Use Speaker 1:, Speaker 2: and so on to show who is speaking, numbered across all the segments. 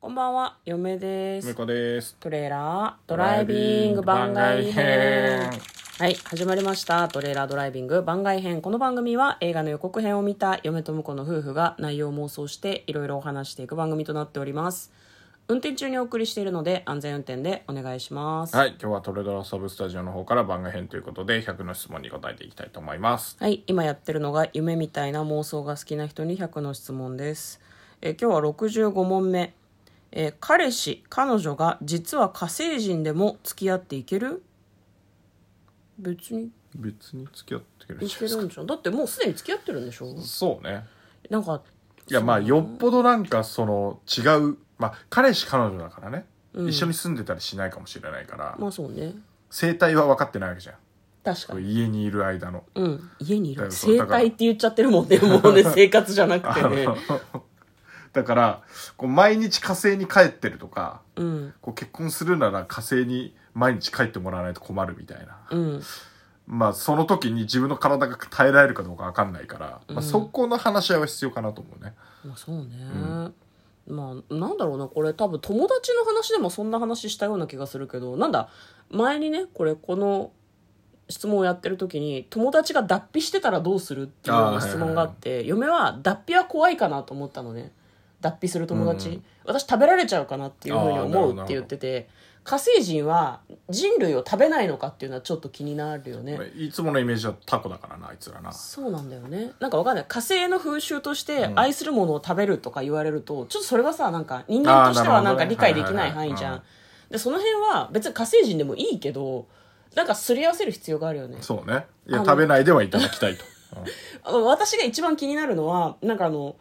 Speaker 1: こんばんは、嫁で
Speaker 2: む
Speaker 1: す。
Speaker 2: こです
Speaker 1: トレーラードライビング番外編。はい、始まりました。トレーラードライビング番外編。この番組は映画の予告編を見た嫁と婿の夫婦が内容を妄想していろいろお話していく番組となっております。運転中にお送りしているので安全運転でお願いします。
Speaker 2: はい今日はトレドラサブスタジオの方から番外編ということで100の質問に答えていきたいと思います
Speaker 1: はい、今やってるのが夢みたいな妄想が好きな人に100の質問です。えー今日は65問目。えー彼氏、彼女が実は火星人でも付き合っていける別に
Speaker 2: 別に付き合ってくれる
Speaker 1: いけるんでしょだってもうすでに付き合ってるんでしょ
Speaker 2: そうね
Speaker 1: なんか、
Speaker 2: いやまあよっぽどなんかその違うまあ彼氏彼女だからね、一緒に住んでたりしないかもしれないから、
Speaker 1: まあそうね。
Speaker 2: 生態は分かってないわけじゃん
Speaker 1: 確か
Speaker 2: こう
Speaker 1: に。
Speaker 2: 家にいる間の
Speaker 1: うん。家にいる。
Speaker 2: だから
Speaker 1: 生態って言っちゃってるもんね。もうね、生活じゃなくて ね。
Speaker 2: だからこう毎日火星に帰ってるとか
Speaker 1: うん。
Speaker 2: こう結婚するなら火星に毎日帰ってもらわないと困るみたいな、
Speaker 1: うん。
Speaker 2: まあその時に自分の体が耐えられるかどうか分かんないから、まあ、そこの話し合いは必要かなと思うね、
Speaker 1: まあそうね、まあなんだろうなこれ多分友達の話でもそんな話したような気がするけどなんだ前にねこれこの質問をやってる時に友達が脱皮してたらどうするっていうような質問があって嫁は脱皮は怖いかなと思ったのね脱皮する友達、
Speaker 2: うん
Speaker 1: 私食べられちゃうかなっていうふうに
Speaker 2: あーなるほ
Speaker 1: 思
Speaker 2: ど
Speaker 1: うって言ってて火星人は人類を食べないのかっていうのはちょっと気になるよね
Speaker 2: まあいつものイメージはタコだからなあいつらな
Speaker 1: そうなんだよねなんかわかんない火星の風習として
Speaker 2: ん
Speaker 1: 愛するものを食べるとか言われると、ちょっとそれがさなんか人間としては
Speaker 2: あー
Speaker 1: な
Speaker 2: なる
Speaker 1: ん
Speaker 2: ほ
Speaker 1: か
Speaker 2: どね
Speaker 1: 理解できない範囲じ
Speaker 2: はいはい
Speaker 1: ゃ
Speaker 2: はいうん
Speaker 1: んでその辺は別に火星人でもいいけどなんかすり合わせる必要があるよね
Speaker 2: そうねい
Speaker 1: あ
Speaker 2: や
Speaker 1: の
Speaker 2: 食べないではいただきた いと、う
Speaker 1: あ
Speaker 2: ん
Speaker 1: の私が一番気になるのはなんかあの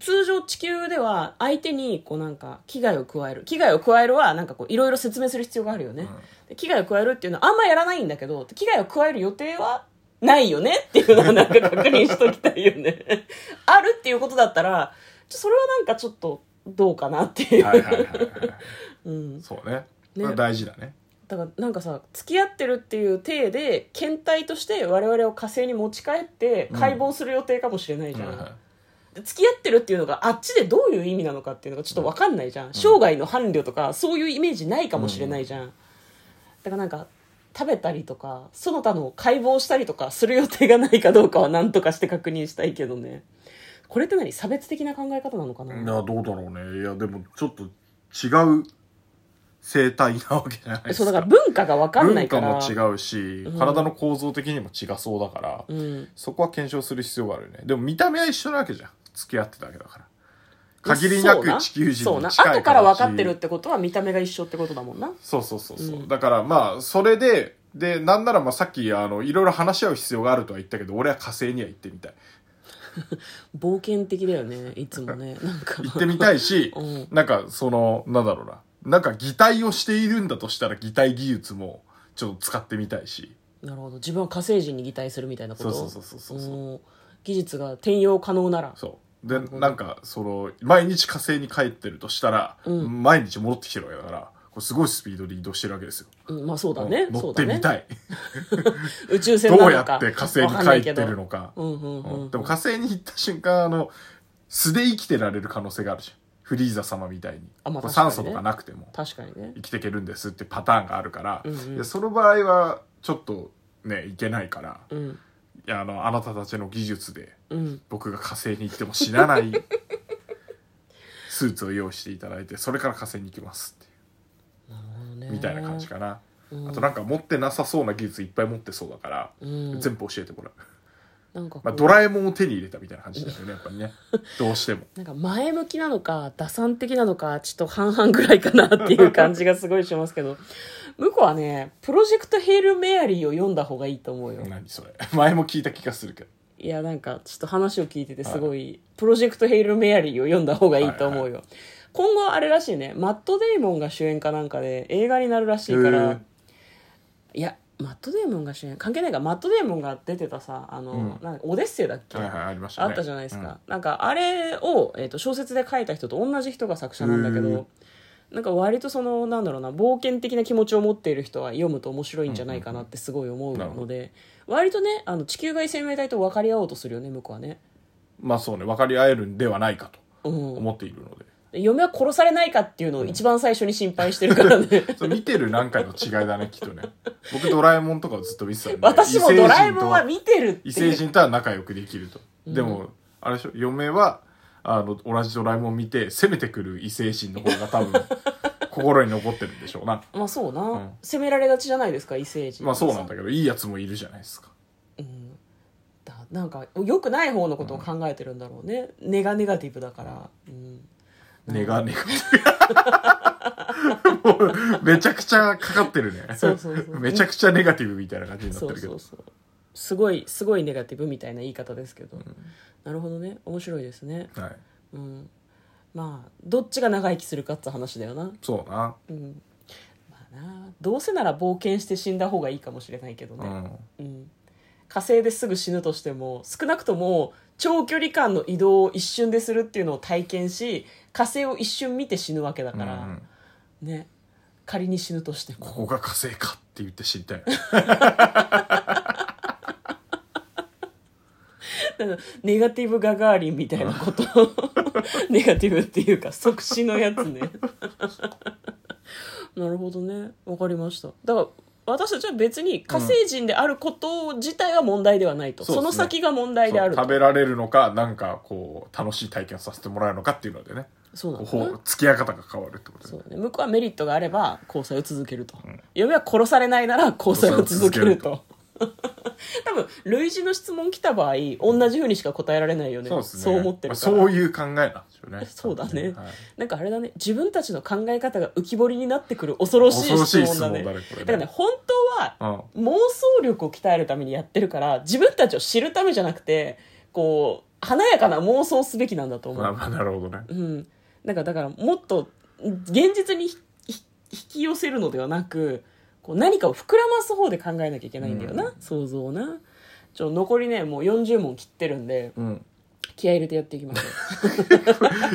Speaker 1: 通常地球では相手にこうなんか危害を加える危害を加えるはなんかこういろいろ説明する必要があるよね、で危害を加えるっていうのはあんまやらないんだけど危害を加える予定はないよねっていうのはなんか確認しときたいよね あるっていうことだったらちょそれはなんかちょっとどうかなっていう、
Speaker 2: はいはいはいはい
Speaker 1: うん、
Speaker 2: そうね
Speaker 1: ね
Speaker 2: まあ大事だね
Speaker 1: だからなんかさ付き合ってるっていう体で検体として我々を火星に持ち帰って解剖する予定かもしれないじゃん、
Speaker 2: はいはい
Speaker 1: で付き合ってるっていうのがあっちでどういう意味なのかっていうのがちょっと分かんないじゃん、生涯の伴侶とかそういうイメージないかもしれないじゃん、だからなんか食べたりとかその他の解剖したりとかする予定がないかどうかは何とかして確認したいけどねこれって何差別的な考え方なのかな、
Speaker 2: いやどうだろうねいやでもちょっと違う生態なわけじゃないで
Speaker 1: そう
Speaker 2: す
Speaker 1: だ
Speaker 2: か
Speaker 1: から文化が分かんない
Speaker 2: 文
Speaker 1: か
Speaker 2: 化
Speaker 1: ら
Speaker 2: も違うし、体の構造的にも違そうだから、
Speaker 1: うん、
Speaker 2: そこは検証する必要があるよねでも見た目は一緒なわけじゃん付き合ってたわけだから限りな
Speaker 1: そう
Speaker 2: く地球人
Speaker 1: そう
Speaker 2: に
Speaker 1: な
Speaker 2: 近い
Speaker 1: 後から分か
Speaker 2: 形
Speaker 1: ってるってことは見た目が一緒ってことだもんな
Speaker 2: そうそうそうそう、
Speaker 1: うん
Speaker 2: だからまあそれででなんならまあさっきあのいろいろ話し合う必要があるとは言ったけど俺は火星には行ってみたい
Speaker 1: 冒険的だよねいつもねなんか
Speaker 2: 行ってみたいし、
Speaker 1: うん
Speaker 2: なんかそのなんだろうななんか擬態をしているんだとしたら擬態技術もちょっと使ってみたいし
Speaker 1: なるほど自分は火星人に擬態するみたいなこと
Speaker 2: そうそうそうそうそう
Speaker 1: うん技術が転用可能なら
Speaker 2: そうでなんかその毎日火星に帰ってるとしたら、
Speaker 1: うん
Speaker 2: 毎日戻ってきてるわけだからこれすごいスピードで移動してるわけですよ、
Speaker 1: うんまあそうだね
Speaker 2: 乗
Speaker 1: そ
Speaker 2: っ
Speaker 1: うだ
Speaker 2: て
Speaker 1: ね
Speaker 2: みたい、
Speaker 1: 宇宙船
Speaker 2: ど
Speaker 1: な
Speaker 2: う
Speaker 1: の
Speaker 2: や
Speaker 1: か
Speaker 2: って火星に帰ってるの
Speaker 1: わか
Speaker 2: か
Speaker 1: んないけどうんうんうん
Speaker 2: でも火星に行った瞬間あの素で生きてられる可能性があるじゃんフリーザ様みたいに
Speaker 1: あまあ
Speaker 2: こう
Speaker 1: 確かにね
Speaker 2: 酸素とかなくても
Speaker 1: 確かにね
Speaker 2: 生きていけるんですってパターンがあるから、
Speaker 1: うんうん
Speaker 2: でその場合はちょっとねいけないから、
Speaker 1: うん
Speaker 2: いやあのあなたたちの技術で
Speaker 1: うん
Speaker 2: 僕が火星に行っても死な ないスーツを用意していただいてそれから火星に行きますっていう
Speaker 1: なるほどね
Speaker 2: みたいな感じかな、
Speaker 1: うん
Speaker 2: あとなんか持ってなさそうな技術いっぱい持ってそうだから、
Speaker 1: うん
Speaker 2: 全部教えてもらう、
Speaker 1: なんかこう
Speaker 2: まあ、ドラえもんを手に入れたみたいな感じだよねやっ ぱりねどうしても
Speaker 1: なんか前向きなのか打算的なのかちょっと半々ぐらいかなっていう感じがすごいしますけど向こうはねプロジェクトヘールメアリーを読んだ方がいいと思うよ
Speaker 2: 何それ前も聞いた気がするけど
Speaker 1: いやなんかちょっと話を聞いててすごい、プロジェクトヘイル・メアリーを読んだ方がいいと思うよ、
Speaker 2: はい
Speaker 1: 今後あれらしいねマット・デイモンが主演かなんかで映画になるらしいか
Speaker 2: へ
Speaker 1: らいやマット・デイモンが主演関係ないかマット・デイモンが出てたさあの、
Speaker 2: うん
Speaker 1: なんかオデッセイだっけ、
Speaker 2: はいはいありました
Speaker 1: あ
Speaker 2: ね
Speaker 1: ったじゃないですか、なんかあれを、えー、と小説で書いた人と同じ人が作者なんだけ
Speaker 2: うん
Speaker 1: どなんか割とそのなんだろうな冒険的な気持ちを持っている人は読むと面白いんじゃないかなってすごい思う
Speaker 2: なるほ
Speaker 1: ので、割とねあの地球外生命体と分かり合おうとするよね向こうはね。
Speaker 2: うんまあそうね分かり合えるんではないかと
Speaker 1: うん、
Speaker 2: 思っているので、
Speaker 1: 嫁は殺されないかっていうのを一番最初に心配してるからね
Speaker 2: そう見てる何回の違いだねきっとね僕ドラえもんとかをずっと見てたんで
Speaker 1: 私も
Speaker 2: 異星人
Speaker 1: ド
Speaker 2: と
Speaker 1: ラえもんは見てるって
Speaker 2: 異星人とは仲良くできると、でもあれでしょ嫁はあの同じドラえもん見て攻めてくる異星人の方が多 分心に残ってるんでしょうな
Speaker 1: まあそうな、
Speaker 2: うん
Speaker 1: 責められがちじゃないですか異星人
Speaker 2: まあそうなんだけどいいやつもいるじゃないですか
Speaker 1: うんだなんか良くない方のことを考えてるんだろうね、ネガネガティブだから、うん、
Speaker 2: ネガネガ もうめちゃくちゃかかってるね
Speaker 1: そうそうそう
Speaker 2: めちゃくちゃネガティブみたいな感じになって
Speaker 1: そう
Speaker 2: るけ
Speaker 1: そ
Speaker 2: ど
Speaker 1: うそうすごいすごいネガティブみたいな言い方ですけど、なるほどね面白いですね
Speaker 2: はい
Speaker 1: うんまあどっちが長生きするかって話だよな
Speaker 2: そうな
Speaker 1: うんまあなどうせなら冒険して死んだ方がいいかもしれないけど
Speaker 2: う
Speaker 1: ね、
Speaker 2: ん
Speaker 1: うん火星ですぐ死ぬとしても少なくとも長距離間の移動を一瞬でするっていうのを体験し火星を一瞬見て死ぬわけだ
Speaker 2: うんう
Speaker 1: から、
Speaker 2: ん
Speaker 1: ね仮に死ぬとしても
Speaker 2: ここが火星かって言って知りたい
Speaker 1: ネガティブガガーリンみたいなこと ネガティブっていうか即死のやつね なるほどねわかりましただから私たちは別に火星人であること自体が問題ではないと、
Speaker 2: そうで
Speaker 1: そ
Speaker 2: すね
Speaker 1: の先が問題である
Speaker 2: そう
Speaker 1: と
Speaker 2: 食べられるのかなんかこう楽しい体験をさせてもらえるのかっていうのでね
Speaker 1: そうなんだ
Speaker 2: こ
Speaker 1: ね
Speaker 2: う付き合い方が変わるってことで
Speaker 1: そうね、向こうはメリットがあれば交際を続けると、嫁は殺されないなら交際を続けると 多分類似の質問来た場合同じふうにしか答えられないよね
Speaker 2: そうですね
Speaker 1: 思ってるから、
Speaker 2: そういう考えなんでしょうね
Speaker 1: そうだね、
Speaker 2: はい
Speaker 1: なんかあれだね自分たちの考え方が浮き彫りになってくる恐ろしい質問だね
Speaker 2: 恐ろしい質問だねこれね
Speaker 1: だからね本当は
Speaker 2: うん
Speaker 1: 妄想力を鍛えるためにやってるから自分たちを知るためじゃなくてこう華やかな妄想をすべきなんだと思う、
Speaker 2: まあまあなるほどね
Speaker 1: うん、なんかだからもっと現実にひひ引き寄せるのではなくこう何かを膨らます方で考えなきゃいけないんだよな、想像をなちょ残りねもう40問切ってるんで
Speaker 2: うん
Speaker 1: 気合い入れてやっていきま しょ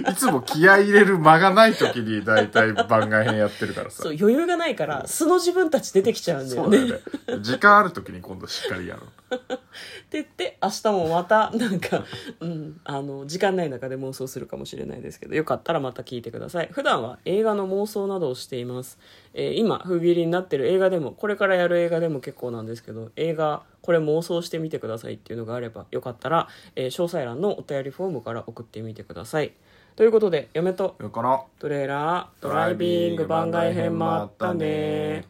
Speaker 1: う
Speaker 2: いつも気合い入れる間がない時に大体番外編やってるからさ
Speaker 1: そう余裕がないから素の自分たち出てきちゃうんだ
Speaker 2: そ
Speaker 1: よ
Speaker 2: うだ
Speaker 1: ね
Speaker 2: よね時間ある時に今度しっかりやろう
Speaker 1: って言って明日もまた なんか、うん、あの時間ない中で妄想するかもしれないですけどよかったらまた聞いてください普段は映画の妄想などをしています、えー今封切りになってる映画でもこれからやる映画でも結構なんですけど映画これ妄想してみてくださいっていうのがあればよかったら、えー詳細欄のお便りフォームから送ってみてくださいということで嫁と
Speaker 2: それから
Speaker 1: トレーラードライビング番外編もあったね